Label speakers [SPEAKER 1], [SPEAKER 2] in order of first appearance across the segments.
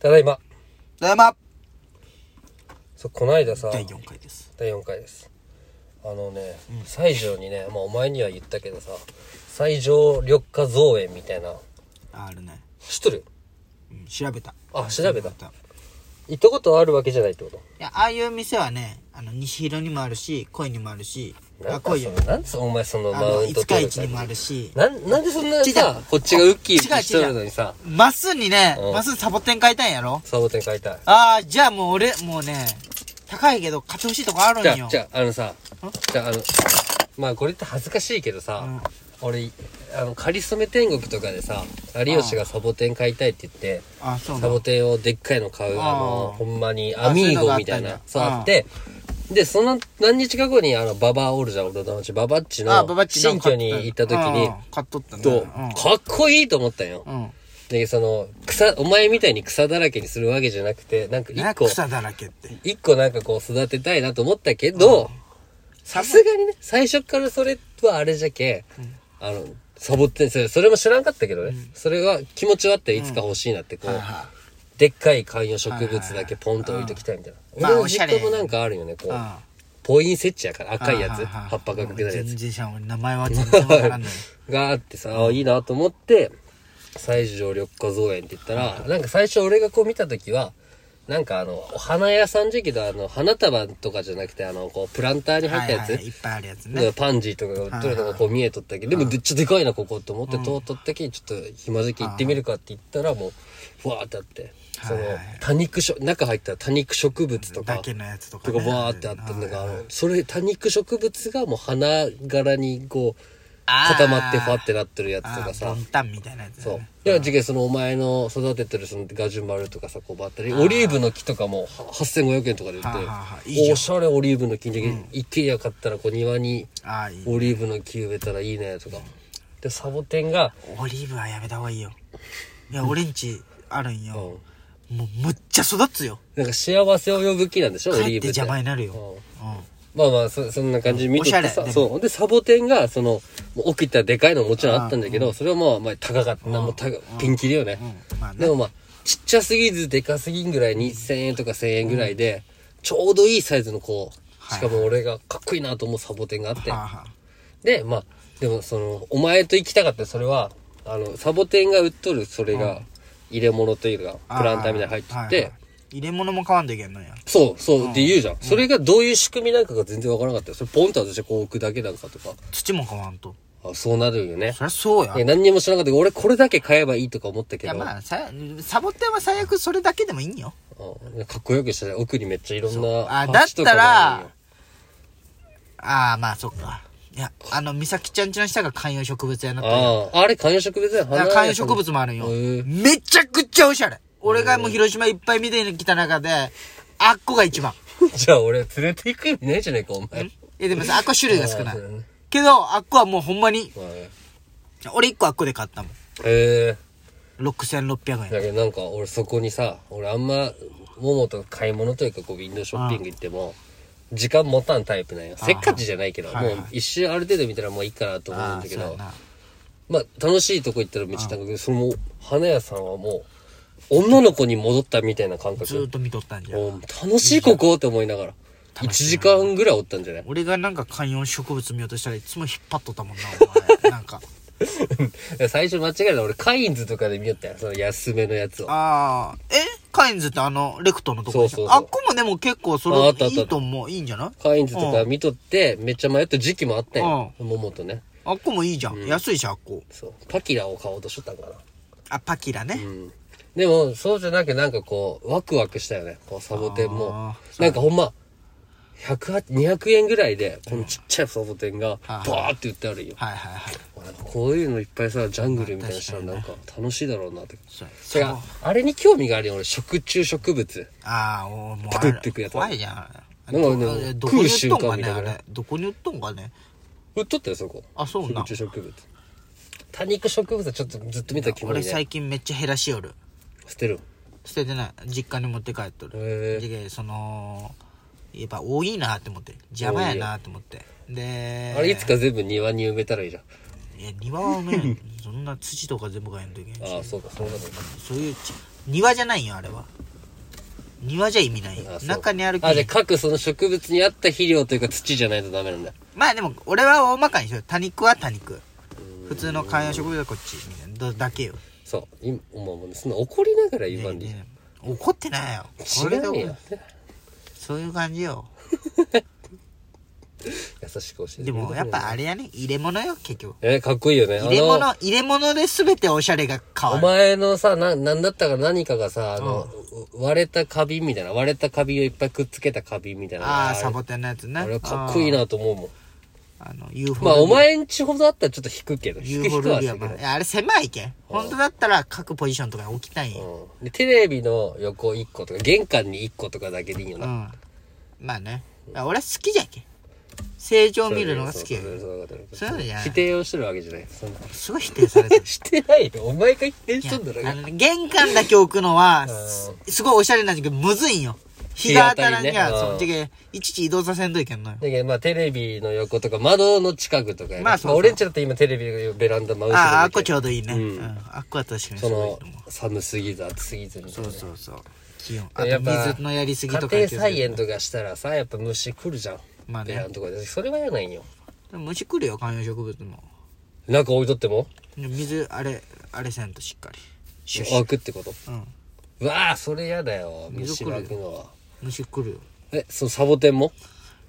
[SPEAKER 1] ただいま。
[SPEAKER 2] ただいま
[SPEAKER 1] そう、この間さ、
[SPEAKER 2] 第4回です
[SPEAKER 1] 第4回です。あのね、西条にね、まあお前には言ったけどさ、西条緑化造園みたいな、
[SPEAKER 2] ああるね、
[SPEAKER 1] 知っとる
[SPEAKER 2] うん、調べた
[SPEAKER 1] あ調べた
[SPEAKER 2] い
[SPEAKER 1] 行ったことあるわけじゃないってこと
[SPEAKER 2] やああいう店はねあの西広にもあるし恋にもあるし
[SPEAKER 1] な
[SPEAKER 2] あ
[SPEAKER 1] んか
[SPEAKER 2] 恋
[SPEAKER 1] そ
[SPEAKER 2] よ
[SPEAKER 1] の、なんつうお前その
[SPEAKER 2] あ
[SPEAKER 1] マ
[SPEAKER 2] の
[SPEAKER 1] ウント
[SPEAKER 2] 五
[SPEAKER 1] 取
[SPEAKER 2] 日
[SPEAKER 1] る
[SPEAKER 2] 市
[SPEAKER 1] 感
[SPEAKER 2] に
[SPEAKER 1] じ
[SPEAKER 2] もあるし
[SPEAKER 1] なん、なんでそんな
[SPEAKER 2] 違
[SPEAKER 1] さ
[SPEAKER 2] う、
[SPEAKER 1] こっちがウッキーウッキ
[SPEAKER 2] 違う違
[SPEAKER 1] ー
[SPEAKER 2] う
[SPEAKER 1] しとるのにさ、
[SPEAKER 2] まっすーにね
[SPEAKER 1] うん
[SPEAKER 2] まっすーサボテン買いたいんやろ
[SPEAKER 1] サボテン買いたい。
[SPEAKER 2] ああじゃあもう俺もうね高いけど買ってほしいとこあるん
[SPEAKER 1] じゃ
[SPEAKER 2] よ
[SPEAKER 1] あ、じゃあ、あのさ、じゃあ、あの、まあこれって恥ずかしいけどさ、
[SPEAKER 2] うん
[SPEAKER 1] 俺、あの、かりそめ天国とかでさ、有吉がサボテン買いたいって言って、
[SPEAKER 2] ああそう
[SPEAKER 1] サ
[SPEAKER 2] だ
[SPEAKER 1] ボテンをでっかいの買う、あの、
[SPEAKER 2] あー
[SPEAKER 1] ほんまに、
[SPEAKER 2] あ
[SPEAKER 1] アミーゴみたいな、そ
[SPEAKER 2] そうういうの
[SPEAKER 1] あ
[SPEAKER 2] があ
[SPEAKER 1] っ、
[SPEAKER 2] って
[SPEAKER 1] で、その何日か後に、あの、ババアおるじゃん、俺の友達、ババッチの
[SPEAKER 2] あババッチの
[SPEAKER 1] 新居に行った時に
[SPEAKER 2] うん、買っとったね
[SPEAKER 1] と、
[SPEAKER 2] うん
[SPEAKER 1] かっこいいと思ったんよ。
[SPEAKER 2] うん
[SPEAKER 1] で、その、草、お前みたいに草だらけにするわけじゃなくて、なんか
[SPEAKER 2] ね
[SPEAKER 1] 一個、
[SPEAKER 2] 草だらけって
[SPEAKER 1] 一個なんかこう育てたいなと思ったけど、さすがにね、最初からそれはあれじゃけ、あの、サボってんすよ。それも知らんかったけどね。それは気持ちはあっていつか欲しいなってこう、でっかい観葉植物だけポンと置いときたいみたい
[SPEAKER 2] ん
[SPEAKER 1] な。
[SPEAKER 2] まあ
[SPEAKER 1] 俺の
[SPEAKER 2] おし
[SPEAKER 1] 実
[SPEAKER 2] ゃれ
[SPEAKER 1] 家もなんかあるよね、こう
[SPEAKER 2] うん。
[SPEAKER 1] ポインセッチやから、赤いや
[SPEAKER 2] は
[SPEAKER 1] つ。
[SPEAKER 2] はは
[SPEAKER 1] 葉っぱがかけたやつ
[SPEAKER 2] 全。然知らん俺名前は全然わか らんのよ
[SPEAKER 1] があってさ、あいいなと思って、西条緑化造園って言ったら、なんか最初俺がこう見た時は、なんかあの、お花屋さんじゃけど、あの、花束とかじゃなくて、あの、こう、プランターに入っ
[SPEAKER 2] はい
[SPEAKER 1] たや
[SPEAKER 2] はい
[SPEAKER 1] つ
[SPEAKER 2] はいいっぱいあるやつ
[SPEAKER 1] で
[SPEAKER 2] ね
[SPEAKER 1] パンジーとかが売っとるのがこう見えとったけど、でもめっちゃでかいな、ここって思って、通っとったけに、ちょっと暇時行ってみるかって言ったら、もう、ふわーってあって、その
[SPEAKER 2] はいはい、
[SPEAKER 1] 多肉植、中入ったら多肉植物とか
[SPEAKER 2] だ、けのやつとか
[SPEAKER 1] と
[SPEAKER 2] ね
[SPEAKER 1] かバーってあったんだが、あ
[SPEAKER 2] はい
[SPEAKER 1] のそれ多肉植物がもう花柄にこう固まってファってなってるやつと
[SPEAKER 2] あ
[SPEAKER 1] か
[SPEAKER 2] ーボ
[SPEAKER 1] さ
[SPEAKER 2] ンタンみたいなやつだ
[SPEAKER 1] そ
[SPEAKER 2] ね
[SPEAKER 1] ういや次元そのお前の育ててるそのガジュマルとかさこうバったりオリーブの木とかもは8500円とかで売
[SPEAKER 2] はあはあは
[SPEAKER 1] っ
[SPEAKER 2] あいいじゃ
[SPEAKER 1] て
[SPEAKER 2] ん
[SPEAKER 1] おしゃれオリーブの木で一軒家買ったらこう庭に
[SPEAKER 2] ああいい
[SPEAKER 1] オリーブの木植えたらいいねとかでサボテンが
[SPEAKER 2] オリーブはやめた方がいいよいや俺んちあるん
[SPEAKER 1] う
[SPEAKER 2] よ
[SPEAKER 1] ん
[SPEAKER 2] もうむっちゃ育つよ
[SPEAKER 1] なんか幸せを呼ぶ木なんでしょオ
[SPEAKER 2] 帰
[SPEAKER 1] リ
[SPEAKER 2] っ
[SPEAKER 1] ーブ
[SPEAKER 2] て
[SPEAKER 1] って
[SPEAKER 2] 邪魔になる
[SPEAKER 1] うん
[SPEAKER 2] よう
[SPEAKER 1] まあまあそ、そんな感じで見とってさ、
[SPEAKER 2] うんおしゃれでも
[SPEAKER 1] そう。で、サボテンが、その、起きたらでかいのももちろんあったんだけど、それはまあ、まあ、高かった。なんも高ピンキリよね。
[SPEAKER 2] んまあね
[SPEAKER 1] でもまあ、ちっちゃすぎず、でかすぎんぐらいに、1000円とか1000円ぐらいで、ちょうどいいサイズのこう、しかも俺がかっこいいなと思うサボテンがあって
[SPEAKER 2] ん。はあはあ
[SPEAKER 1] で、まあ、でもその、お前と行きたかったそれは、あの、サボテンが売っとる、それが、入れ物というか、プランターみたいに入って
[SPEAKER 2] はいはい
[SPEAKER 1] て、
[SPEAKER 2] 入れ物も買わんといけんのや
[SPEAKER 1] そう、そう、って言うじゃん。それがどういう仕組みなんかが全然わからなかったよ。それポンと私はこう置くだけなんかとか。
[SPEAKER 2] 土も買わんと
[SPEAKER 1] あそうなるよね
[SPEAKER 2] そ。りゃそうや
[SPEAKER 1] いや何にも知らなかったけど、俺これだけ買えばいいとか思った
[SPEAKER 2] い
[SPEAKER 1] けど、
[SPEAKER 2] やまあさサボテンは最悪それだけでもいいんよ
[SPEAKER 1] うんかっこよくしたね。奥にめっちゃいろんな
[SPEAKER 2] あ
[SPEAKER 1] 鉢とか
[SPEAKER 2] だった
[SPEAKER 1] があ
[SPEAKER 2] ら
[SPEAKER 1] るよ。
[SPEAKER 2] ああまあそっかいやあの美咲ちゃんちの下が観葉植物やなったんよ
[SPEAKER 1] ああ、あれ観葉植物だよ。
[SPEAKER 2] だ
[SPEAKER 1] 花
[SPEAKER 2] から
[SPEAKER 1] 屋
[SPEAKER 2] 観葉植物もあるんよ
[SPEAKER 1] へえ。
[SPEAKER 2] めちゃくちゃおしゃれ。俺がもう広島いっぱい見てきた中で、あっこが一番。
[SPEAKER 1] じゃあ俺連れて行く意味ないじゃねえか、お前。
[SPEAKER 2] いやでもさ、あっこは種類が少な
[SPEAKER 1] あ
[SPEAKER 2] い
[SPEAKER 1] ーそうだね。
[SPEAKER 2] けど、あっこはもうほんまに、
[SPEAKER 1] まあね
[SPEAKER 2] 俺一個あっこで買ったもん。
[SPEAKER 1] へえ
[SPEAKER 2] 6600円。
[SPEAKER 1] だけどなんか俺そこにさ、俺あんま、桃と買い物というかこうウィンドウショッピング行っても、時間持たんタイプなんよ。せっかちじゃないけど、
[SPEAKER 2] はい
[SPEAKER 1] も
[SPEAKER 2] は
[SPEAKER 1] う
[SPEAKER 2] い
[SPEAKER 1] 一周ある程度見たらもういいかなと思うん
[SPEAKER 2] ああ
[SPEAKER 1] だ
[SPEAKER 2] ー、
[SPEAKER 1] け
[SPEAKER 2] そうや
[SPEAKER 1] ど、
[SPEAKER 2] な。
[SPEAKER 1] まあ、楽しいとこ行ったら道高く、その、花屋さんはもう、女の子に戻ったみたいな感
[SPEAKER 2] ずーっ
[SPEAKER 1] 覚。
[SPEAKER 2] と見とったんじゃん。
[SPEAKER 1] もう楽しいここって思いながら。1時間ぐらいおったんじゃない
[SPEAKER 2] 俺がなんか観葉植物見ようとしたらいつも引っ張っとったもんな、お 前。なんか。
[SPEAKER 1] 最初間違えた。俺、カインズとかで見よったよ。その安めのやつを。
[SPEAKER 2] ああ、えカインズってあの、レクトのとこでしょ
[SPEAKER 1] そうそうそう
[SPEAKER 2] あっこもでも結構そ
[SPEAKER 1] ああったあったあ
[SPEAKER 2] れ、
[SPEAKER 1] った
[SPEAKER 2] いいと思う。いいんじゃない
[SPEAKER 1] カインズとか
[SPEAKER 2] うん
[SPEAKER 1] 見とって、めっちゃ迷った時期もあったよ。桃とね。
[SPEAKER 2] あっこもいいじゃん。安いし、あっこ。
[SPEAKER 1] そう。パキラを買おうとしとったんかな。
[SPEAKER 2] あ、パキラね。
[SPEAKER 1] うん。でも、そうじゃなくなんかこう、ワクワクしたよね。こう、サボテンも
[SPEAKER 2] あ。
[SPEAKER 1] なんかほんま、100、200円ぐらいで、このちっちゃいサボテンが、
[SPEAKER 2] あ
[SPEAKER 1] バーって売ってあるよ。
[SPEAKER 2] はいはいはい。
[SPEAKER 1] なんかこういうのいっぱいさ、ジャングルみたいなしたらなんか楽しいだろうなって。
[SPEAKER 2] そう
[SPEAKER 1] てか、あれに興味があるよ、俺、食虫植物。
[SPEAKER 2] ああ、おもうあ
[SPEAKER 1] パク
[SPEAKER 2] れ
[SPEAKER 1] ってくやつ
[SPEAKER 2] 怖いじゃん。
[SPEAKER 1] なんかね
[SPEAKER 2] あれど
[SPEAKER 1] 食
[SPEAKER 2] こ
[SPEAKER 1] う
[SPEAKER 2] に売っとん
[SPEAKER 1] 瞬間み
[SPEAKER 2] かね、
[SPEAKER 1] たいな
[SPEAKER 2] あ
[SPEAKER 1] ね
[SPEAKER 2] れ。どこに売っとんかね。
[SPEAKER 1] 売っとったよ、そこ。
[SPEAKER 2] あそうなん
[SPEAKER 1] 食虫植物。多肉植物はちょっとずっと見た気持
[SPEAKER 2] 俺
[SPEAKER 1] ちね。
[SPEAKER 2] 最近めっちゃ減らしよる。
[SPEAKER 1] 捨てる。
[SPEAKER 2] 捨ててない。実家に持って帰っと
[SPEAKER 1] へえ
[SPEAKER 2] る。で、その、やっぱ多いなって思って。邪魔やなって思って。で、
[SPEAKER 1] あれいつか全部庭に埋めたらいいじゃん。
[SPEAKER 2] いや、庭はね、そんな土とか全部がやんといけんし
[SPEAKER 1] ああ、そうか、そうなのか。
[SPEAKER 2] そういうち、庭じゃないよ、あれは。庭じゃ意味ないよ
[SPEAKER 1] あ。そう
[SPEAKER 2] 中にあるけ
[SPEAKER 1] あ、じ
[SPEAKER 2] ど
[SPEAKER 1] ゃあ。各その植物に合った肥料というか土じゃないとダメなんだ。
[SPEAKER 2] まあでも、俺は大まかにしよう。多肉は多肉。普通の観葉植物はこっち。みたいな。どだけよ。
[SPEAKER 1] そう。今、もう、もうそんな怒りながら言わんでいい。
[SPEAKER 2] ねえねえ怒ってないよ。
[SPEAKER 1] 違
[SPEAKER 2] 俺が
[SPEAKER 1] う
[SPEAKER 2] 怒
[SPEAKER 1] よ
[SPEAKER 2] る。そういう感じよ。
[SPEAKER 1] 優しく教えてくれ
[SPEAKER 2] で
[SPEAKER 1] る
[SPEAKER 2] も、やっぱあれやね。入れ物よ、結局。
[SPEAKER 1] え、かっこいいよね。
[SPEAKER 2] 入れ
[SPEAKER 1] あの
[SPEAKER 2] 物、入れ物で全ておしゃれが変
[SPEAKER 1] お
[SPEAKER 2] わる。
[SPEAKER 1] 前のさ、な、なんだったか何かがさ、あの、割れた花瓶みたいな、割れた花瓶をいっぱいくっつけた花瓶みたいな。
[SPEAKER 2] ああ、
[SPEAKER 1] れ
[SPEAKER 2] サボテンのやつね。
[SPEAKER 1] あれかっこいいなと思うもん。
[SPEAKER 2] あの、UFO。
[SPEAKER 1] まあ、お前んちほどあったらちょっと引くけど、
[SPEAKER 2] ユ
[SPEAKER 1] 引
[SPEAKER 2] ー
[SPEAKER 1] く
[SPEAKER 2] フォ
[SPEAKER 1] 人は
[SPEAKER 2] ル
[SPEAKER 1] 引
[SPEAKER 2] ビア
[SPEAKER 1] くけ
[SPEAKER 2] ま
[SPEAKER 1] ど
[SPEAKER 2] で。。あれ狭いけん。本当だったら各ポジションとかに置きたいんよ。
[SPEAKER 1] うんでテレビの横1個とか、玄関に1個とかだけでいいよ
[SPEAKER 2] う
[SPEAKER 1] な。
[SPEAKER 2] ん。まあね。俺は好きじゃけん。成長を見るのが好きやけ
[SPEAKER 1] そ
[SPEAKER 2] ん
[SPEAKER 1] うそうそう
[SPEAKER 2] そういうのじゃない
[SPEAKER 1] 否定をしてるわけじゃない。そんな。
[SPEAKER 2] すごい否定されてる
[SPEAKER 1] してないよ。お前が否定
[SPEAKER 2] い
[SPEAKER 1] し
[SPEAKER 2] や
[SPEAKER 1] とんだろ。
[SPEAKER 2] あのね玄関だけ置くのは、す
[SPEAKER 1] う
[SPEAKER 2] すごいおしゃれなんだけど、むずいんよ。日が当たらん
[SPEAKER 1] 日当た
[SPEAKER 2] や、
[SPEAKER 1] りね
[SPEAKER 2] そうっ
[SPEAKER 1] ん
[SPEAKER 2] ちけ、いちいち移動させんといけんのよ。
[SPEAKER 1] だけど、まあ、テレビの横とか、窓の近くとかやな
[SPEAKER 2] まあそうそう
[SPEAKER 1] 俺んちだって今テレビのベランダ真後ろだけど
[SPEAKER 2] ああ、あっこちょうどいいね。
[SPEAKER 1] う
[SPEAKER 2] うんん。あっこは確かにす
[SPEAKER 1] そ
[SPEAKER 2] ごいと
[SPEAKER 1] の
[SPEAKER 2] 思う。、
[SPEAKER 1] 寒すぎず、暑すぎずみた
[SPEAKER 2] そ
[SPEAKER 1] いな
[SPEAKER 2] う
[SPEAKER 1] ね。
[SPEAKER 2] そうそう。気温。あ
[SPEAKER 1] や
[SPEAKER 2] と
[SPEAKER 1] っぱ
[SPEAKER 2] 水のやりすぎとか。
[SPEAKER 1] 家庭菜園とかしたらさ、やっぱ虫来るじゃん。
[SPEAKER 2] まあね
[SPEAKER 1] ベランダとかで。それはやないんよ。
[SPEAKER 2] でも虫来るよ、観葉植物も。
[SPEAKER 1] なんか置いとっても
[SPEAKER 2] 水、あれ、あれせんとしっかり。シュッシュ
[SPEAKER 1] 開くってこと
[SPEAKER 2] うん。
[SPEAKER 1] うわあ、それやだよ。虫
[SPEAKER 2] 水来る
[SPEAKER 1] 開くのは。
[SPEAKER 2] 虫来るよ。
[SPEAKER 1] え、そのサボテンも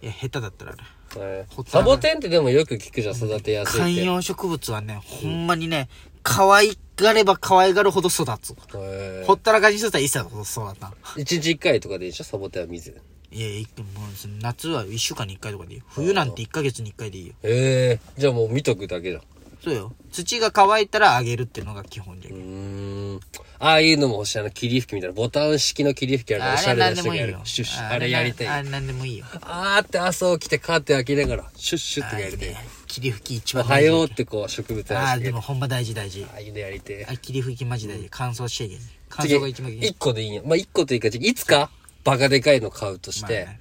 [SPEAKER 2] いや、下手だったらね。
[SPEAKER 1] えー
[SPEAKER 2] ほった
[SPEAKER 1] サ
[SPEAKER 2] ら
[SPEAKER 1] ボテンってでもよく聞くじゃん、育てやす
[SPEAKER 2] 観
[SPEAKER 1] いって。
[SPEAKER 2] 葉植物はね、ほんまにね、可愛がれば可愛がるほど育つ。
[SPEAKER 1] え
[SPEAKER 2] ほったらかしにしとったら一切育たん。
[SPEAKER 1] ー一日一回とかでいいでしょサボテンは水。
[SPEAKER 2] いや、いもう夏は一週間に一回とかでいいよ。冬なんて一ヶ月に一回でいいよ。
[SPEAKER 1] ええじゃあもう見とくだけじゃん。
[SPEAKER 2] そうよ。土が乾いたらあげるっていうのが基本じゃん
[SPEAKER 1] うーん。ああいうのも欲しい。あの、霧吹きみたいな。ボタン式の霧吹きあるから、おしゃれな人がやる。シュッシュ。あれやりたい。
[SPEAKER 2] あ
[SPEAKER 1] あ
[SPEAKER 2] れなんでもいいよ。
[SPEAKER 1] ーって朝起きてカーテン開けながら、シュッシュってやりたい。
[SPEAKER 2] 霧吹き一
[SPEAKER 1] お
[SPEAKER 2] 番
[SPEAKER 1] は
[SPEAKER 2] 大事
[SPEAKER 1] ようってこう、植物
[SPEAKER 2] あ
[SPEAKER 1] あ
[SPEAKER 2] あ、
[SPEAKER 1] げ
[SPEAKER 2] で
[SPEAKER 1] て。
[SPEAKER 2] もほんま大事大事。
[SPEAKER 1] ああいうのやりて
[SPEAKER 2] あ、霧吹きマジ大事。乾燥していけん。乾
[SPEAKER 1] 次、
[SPEAKER 2] 燥が一番いい
[SPEAKER 1] 1。個でいいよ。まあ、1個というか、いつか、バカでかいの買うとして、
[SPEAKER 2] まあね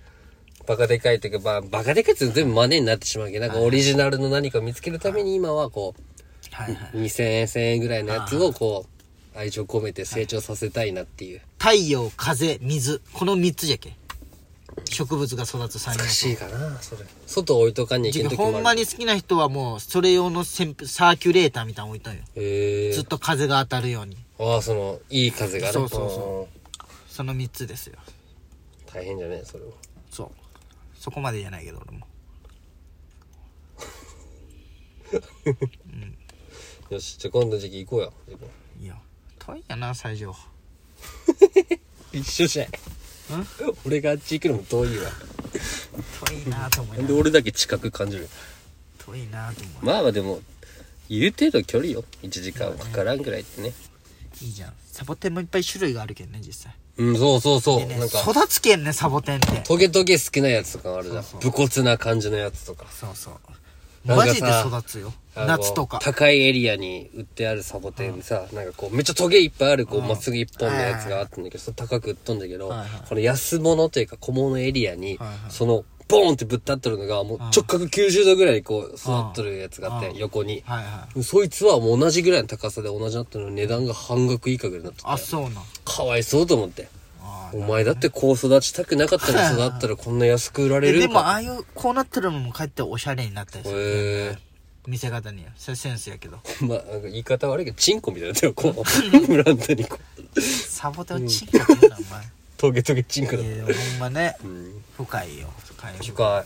[SPEAKER 1] バカでかいというか、まあ、バカでかいって全部真似になってしまうけど、なんかオリジナルの何かを見つけるために今はこ
[SPEAKER 2] はいは
[SPEAKER 1] う、
[SPEAKER 2] い。
[SPEAKER 1] 2000円、1000円ぐらいのやつをこう、愛情込めて成長させたいなっていう。
[SPEAKER 2] 太陽、風、水。この三つじゃけ。植物が育つ三
[SPEAKER 1] 難
[SPEAKER 2] 要素。
[SPEAKER 1] しいかな、それ。外置いとかにいけん時もあ
[SPEAKER 2] ほ
[SPEAKER 1] る。
[SPEAKER 2] んまに好きな人はもう、それ用の扇風サーキュレーターみたいなの置いたんよ。
[SPEAKER 1] へえ
[SPEAKER 2] ずっと風が当たるように。
[SPEAKER 1] ああ、その、いい風がね
[SPEAKER 2] そうそうそその三つですよ。
[SPEAKER 1] うん大変じゃねそれは。
[SPEAKER 2] そう。そこまでじゃないけど、俺も。
[SPEAKER 1] よし、じゃあ今度時期行こうよ。自分
[SPEAKER 2] いや。遠いやな、最初。
[SPEAKER 1] 一緒じゃん。俺があっち行くのも遠いわ。
[SPEAKER 2] 遠いなと思い
[SPEAKER 1] な
[SPEAKER 2] なんが
[SPEAKER 1] で
[SPEAKER 2] ら。
[SPEAKER 1] 俺だけ近く感じる
[SPEAKER 2] 遠いなと思う。
[SPEAKER 1] まあまあでも、言う程度距離よ。1時間はかからんぐらいってね。
[SPEAKER 2] いいじゃん。サボテンもいっぱい種類があるけんね、実際。
[SPEAKER 1] うん、そうそうそう。
[SPEAKER 2] でね、
[SPEAKER 1] なんか、
[SPEAKER 2] 育つけんね、サボテンって。
[SPEAKER 1] トゲトゲ少ないやつとかあるじゃん。
[SPEAKER 2] そう
[SPEAKER 1] 武骨な感じのやつとか。
[SPEAKER 2] そうそう。
[SPEAKER 1] なんかさ
[SPEAKER 2] マジで育つよ。
[SPEAKER 1] あの
[SPEAKER 2] 夏とか。
[SPEAKER 1] 高いエリアに売ってあるサボテンさ、なんかこう、めっちゃトゲいっぱいある、こう、まっすぐ一本のやつがあったんだけど、それ高く売っとんだけど、
[SPEAKER 2] はいはい
[SPEAKER 1] この安物というか小物エリアに、
[SPEAKER 2] はいはい
[SPEAKER 1] その、ボーンってぶっ立ってるのが、もう直角90度ぐらいにこう、座っとるやつがあって、横に。
[SPEAKER 2] はいはい。
[SPEAKER 1] そいつはもう同じぐらいの高さで同じだったのに値段が半額以下ぐらいになっと
[SPEAKER 2] あ、
[SPEAKER 1] って。
[SPEAKER 2] そうなん。
[SPEAKER 1] かわいそうと思って。
[SPEAKER 2] あー
[SPEAKER 1] お前だってこう育ちたくなかったら育ったらこんな安く売られ
[SPEAKER 2] え
[SPEAKER 1] る
[SPEAKER 2] で
[SPEAKER 1] ん
[SPEAKER 2] も、あ
[SPEAKER 1] か。
[SPEAKER 2] あいう、こうなってるのも帰っておしゃれになったりする。
[SPEAKER 1] へえ
[SPEAKER 2] 見せ方には。それセンスやけど。
[SPEAKER 1] ー。まあ、なんか言い方悪いけど、チンコみたいだったよ、こう。 ブランドにこう。
[SPEAKER 2] サボテンをチンコって言うな、お
[SPEAKER 1] トゲトゲチンコ だっ
[SPEAKER 2] 前。いや、ほんまね。深いよ。深い
[SPEAKER 1] た。
[SPEAKER 2] よ。
[SPEAKER 1] か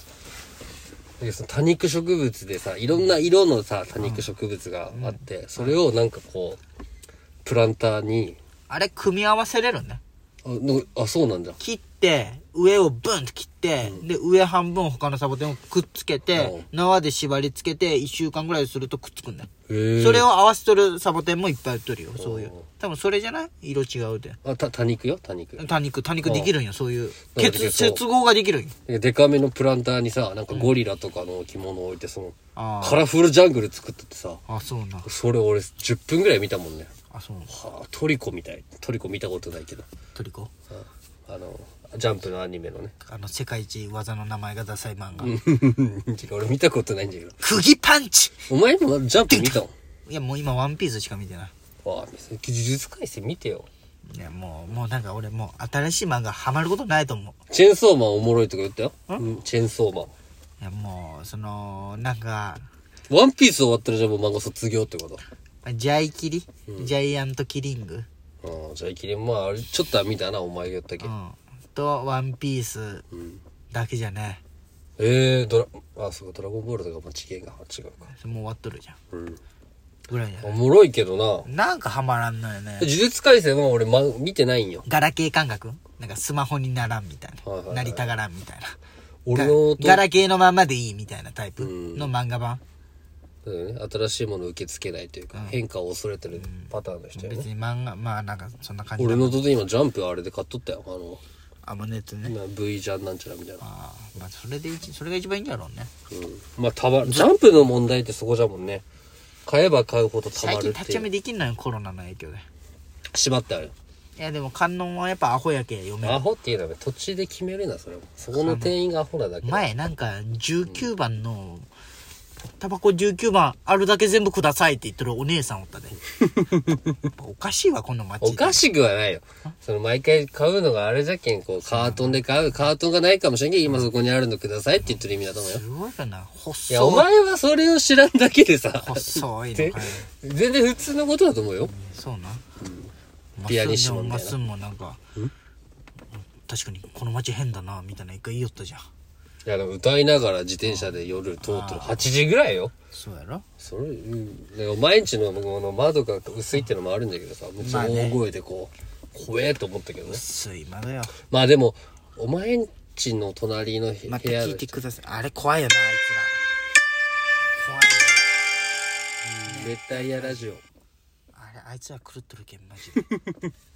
[SPEAKER 1] でその多肉植物でさ、いろんな色のさ、多肉植物があって、それをなんかこう、プランターに、
[SPEAKER 2] あれ、組み合わせれるね。
[SPEAKER 1] あ、のあそうなんだ。
[SPEAKER 2] 切って、上をブンって切って、で、上半分他のサボテンをくっつけ
[SPEAKER 1] う
[SPEAKER 2] て
[SPEAKER 1] ん、
[SPEAKER 2] 縄で縛り付けて、1週間ぐらいするとくっつくんだよ。
[SPEAKER 1] へえ。
[SPEAKER 2] それを合わせとるサボテンもいっぱい売っとるよ、そういう
[SPEAKER 1] おう。
[SPEAKER 2] 多分それじゃない色違うで。
[SPEAKER 1] あ、た、多肉よ、多肉。
[SPEAKER 2] 多肉、多肉できるんよ、そういう。
[SPEAKER 1] だから結
[SPEAKER 2] 結、
[SPEAKER 1] 構
[SPEAKER 2] 接合ができるんよ。
[SPEAKER 1] でかめのプランターにさ、なんかゴリラとかの着物を置いて、その、
[SPEAKER 2] あー
[SPEAKER 1] カラフルジャングル作っててさ、
[SPEAKER 2] あ、そうな。
[SPEAKER 1] それ俺10分ぐらい見たもんね。
[SPEAKER 2] あ、そうな。
[SPEAKER 1] はあ、トリコみたい。トリコ見たことないけど。
[SPEAKER 2] トリコ
[SPEAKER 1] ああの、ジャンプのアニメ のね。
[SPEAKER 2] あの、世界一技の名前がダサい漫画。
[SPEAKER 1] 違う俺見たことないんだけど。
[SPEAKER 2] 釘パンチ
[SPEAKER 1] お前もジャンプ見たの
[SPEAKER 2] いや、もう今ワンピースしか見てない。
[SPEAKER 1] わあ、呪術改正見てよ。
[SPEAKER 2] いや、もう、もうなんか俺もう新しい漫画ハマることないと思う。
[SPEAKER 1] チェーンソーマンおもろいとか言ったよ。うん、チェーンソーマン。
[SPEAKER 2] いや、もう、その、なんか、
[SPEAKER 1] ワンピース終わったらじゃあもう漫画卒業ってこと。
[SPEAKER 2] ジャイキリ、ジャイアントキリング、
[SPEAKER 1] うん、じゃあ、キリン、まあ、あれ、ちょっとは見たな、お前が言ったけ
[SPEAKER 2] う。ん、と、ワンピースだけじゃね、
[SPEAKER 1] えー、ドラ、あ、そうか、ドラゴンボールとかも違えが、違うか。
[SPEAKER 2] もう終わっとるじゃん。
[SPEAKER 1] うん。
[SPEAKER 2] ぐらいじゃな
[SPEAKER 1] お
[SPEAKER 2] い
[SPEAKER 1] もろいけどな。
[SPEAKER 2] なんかハマらんのよね
[SPEAKER 1] 呪。術廻戦は俺、ま、見てないんよ。
[SPEAKER 2] ガラケー感覚なんかスマホにならんみたいな。
[SPEAKER 1] はいはいはい
[SPEAKER 2] なりたがらんみたいな。
[SPEAKER 1] 俺の弟
[SPEAKER 2] ガラケーのままでいいみたいなタイプの漫画版。
[SPEAKER 1] そうだよね新しいものを受け付けないというか、変化を恐れてるパターンの人よ
[SPEAKER 2] 別
[SPEAKER 1] ね。
[SPEAKER 2] に漫画、まあなんかそんな感じだ
[SPEAKER 1] 俺の弟今、ジャンプあれで買っとったよ。あ
[SPEAKER 2] あ、もうネットね。
[SPEAKER 1] の、な V ジャンなんちゃらみたいな。
[SPEAKER 2] ああ、まあそれで一、それが一番いいんだろうね。
[SPEAKER 1] うん。まあ、たま、ジャンプの問題ってそこじゃもんね。買えば買うほどたま
[SPEAKER 2] 最
[SPEAKER 1] るっ
[SPEAKER 2] 近立ち
[SPEAKER 1] て
[SPEAKER 2] 読
[SPEAKER 1] い
[SPEAKER 2] み
[SPEAKER 1] う。
[SPEAKER 2] できんのよ、コロナの影響で。
[SPEAKER 1] 縛ってある。
[SPEAKER 2] いやでも観音はやっぱアホやけ読める
[SPEAKER 1] アホっていうのは途中で決めるな、それも。そこの店員がアホなだけだ。
[SPEAKER 2] 前なんか19番のタバコ19番あるだけ全部くださいって言ってるお姉さんおったでやっぱおかしいわこの街
[SPEAKER 1] おかしくはないよ。その毎回買うのがあれじゃけん、こう、カートンで買う、カートンがないかもしれんけど、今そこにあるのくださいって言ってる意味だと思うよ。
[SPEAKER 2] すごいかな細
[SPEAKER 1] いや、お前はそれを知らんだけでさ、
[SPEAKER 2] 細いの
[SPEAKER 1] で
[SPEAKER 2] かよ
[SPEAKER 1] 全然普通のことだと思うよ。
[SPEAKER 2] そうな、ま
[SPEAKER 1] ピアニッシモみた
[SPEAKER 2] ま
[SPEAKER 1] いな
[SPEAKER 2] っすんもなんか確かにこの街変だなみたいな一回言いよったじゃん
[SPEAKER 1] いや、でも歌いながら自転車で夜通ってる8時ぐらいよ。
[SPEAKER 2] そうやろ
[SPEAKER 1] それ、うん。でも毎日の、この窓が薄いってのもあるんだけどさ、めっちゃ大声でこう、怖えと思ったけどね。
[SPEAKER 2] すいまだよ
[SPEAKER 1] まあでも、お前んちの隣の部
[SPEAKER 2] また
[SPEAKER 1] 部屋
[SPEAKER 2] 聞い
[SPEAKER 1] で
[SPEAKER 2] てくださいあれ怖いよなあいつら怖いよ
[SPEAKER 1] 熱帯夜ラジオ。
[SPEAKER 2] あれあいつは狂っとるけんマジで